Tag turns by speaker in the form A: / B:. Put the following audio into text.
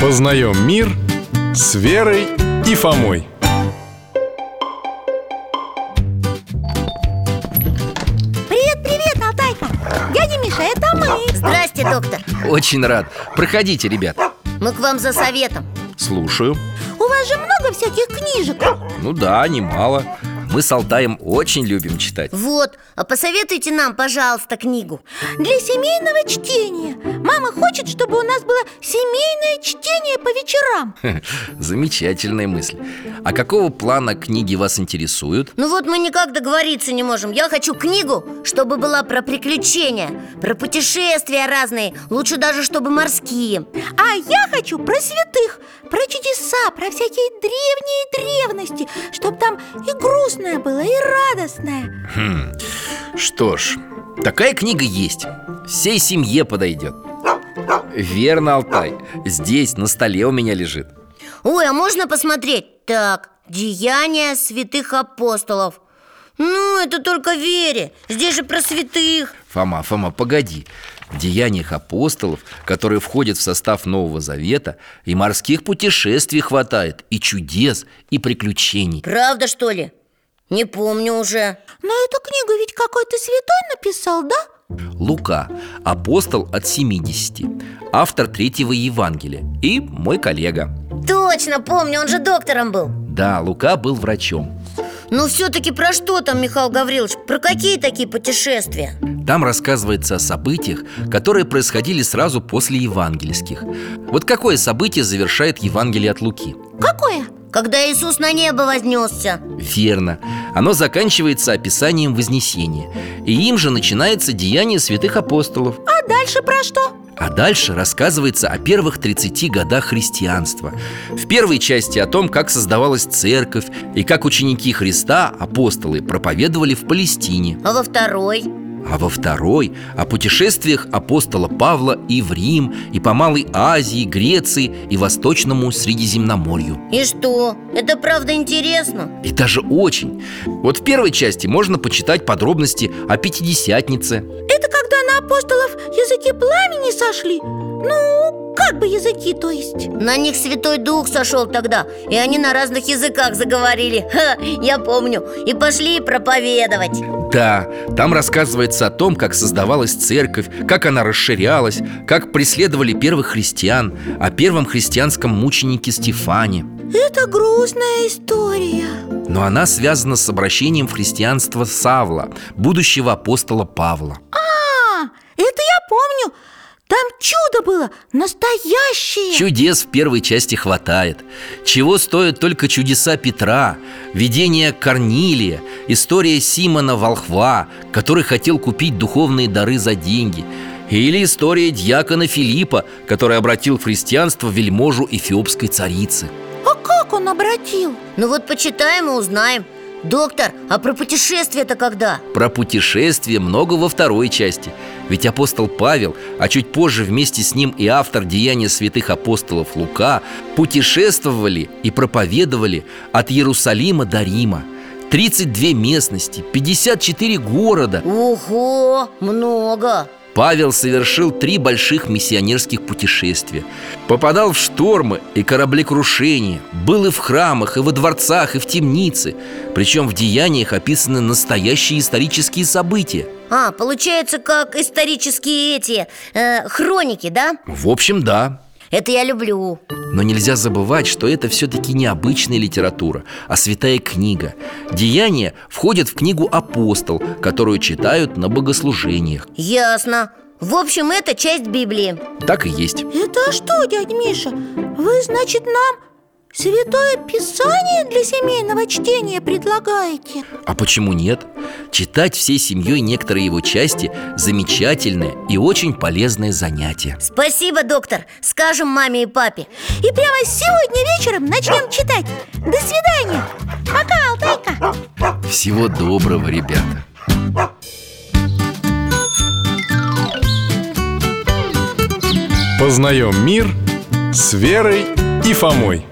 A: Познаем мир с Верой и Фомой.
B: Привет, привет, Алтайка! Дядя Миша, это мы!
C: Здрасте, доктор
D: Очень рад. Проходите, ребят.
C: Мы к вам за советом
D: Слушаю.
B: У вас же много всяких книжек
D: Ну да, немало. Мы с Алтаем очень любим читать.
C: Вот, а посоветуйте нам, пожалуйста, книгу
B: для семейного чтения Мама хочет, чтобы у нас было семейное чтение по вечерам
D: Замечательная мысль. А какого плана книги вас интересуют?
C: Ну вот мы никак договориться не можем Я хочу книгу, чтобы была про приключения Про путешествия разные Лучше даже, чтобы морские
B: А я хочу про святых, про чудеса, про всякие древние древности Чтоб там и грустное было, и радостное
D: Хм, Что ж, такая книга есть. Всей семье подойдет. Верно, Алтай. Здесь на столе у меня лежит.
C: Ой, а можно посмотреть? Так, деяния святых апостолов Ну, это только вере Здесь же про святых
D: Фома, Фома, погоди В деяниях апостолов, которые входят в состав Нового Завета И морских путешествий хватает, и чудес, и приключений
C: Правда, что ли? Не помню уже
B: Но эту книгу ведь какой-то святой написал, да?
D: Лука, апостол от 70 Автор третьего Евангелия И мой коллега
C: Точно помню, он же доктором был
D: Да, Лука был врачом
C: Но все-таки про что там, Михаил Гаврилович? Про какие такие путешествия?
D: Там рассказывается о событиях, которые происходили сразу после евангельских Вот какое событие завершает Евангелие от Луки?
B: Какое?
C: Когда Иисус на небо вознесся
D: Верно. Оно заканчивается описанием Вознесения. И им же начинается деяние святых апостолов.
B: А дальше про что?
D: А дальше рассказывается о первых 30 годах христианства. В первой части о том, как создавалась церковь и как ученики Христа, апостолы, проповедовали в Палестине.
C: А во второй?
D: А во второй – о путешествиях апостола Павла и в Рим, и по Малой Азии, Греции и Восточному Средиземноморью.
C: И что? Это правда интересно?
D: И даже очень Вот в первой части можно почитать подробности о Пятидесятнице
B: Это когда на апостолов языки пламени сошли? Ну, как бы языки, то есть
C: На них Святой Дух сошел тогда И они на разных языках заговорили Ха, я помню И пошли проповедовать
D: Да, там рассказывается о том, как создавалась церковь Как она расширялась Как преследовали первых христиан О первом христианском мученике Стефане
B: Это грустная история
D: Но она связана с обращением в христианство Савла Будущего апостола Павла
B: А, это я помню Там чудо было, настоящее
D: Чудес в первой части хватает Чего стоят только чудеса Петра Видение Корнилия История Симона Волхва Который хотел купить духовные дары за деньги Или история дьякона Филиппа Который обратил в христианство вельможу эфиопской царицы
B: А как он обратил?
C: Ну вот почитаем и узнаем Доктор, а про путешествия-то когда?
D: Про путешествие много во второй части Ведь апостол Павел, а чуть позже вместе с ним и автор Деяния святых апостолов Лука Путешествовали и проповедовали от Иерусалима до Рима 32 местности, 54 города
C: Ого, много
D: Павел совершил три больших миссионерских путешествия Попадал в штормы и кораблекрушения Был и в храмах, и во дворцах, и в темнице Причем в деяниях описаны настоящие исторические события
C: А, получается, как исторические эти э, хроники, да?
D: В общем, да
C: Это я люблю
D: Но нельзя забывать, что это все-таки не обычная литература, а святая книга Деяния входят в книгу «Апостол», которую читают на богослужениях
C: Ясно В общем, это часть Библии
D: Так и есть
B: Это что, дядь Миша? Вы, значит, нам Святое Писание для семейного чтения предлагаете?
D: А почему нет? Читать всей семьей некоторые его части – замечательное и очень полезное занятие
C: Спасибо, доктор Скажем маме и папе
B: И прямо сегодня вечером начнем читать До свидания Пока, Алтайка
D: Всего доброго, ребята
A: Познаем мир с Верой и Фомой.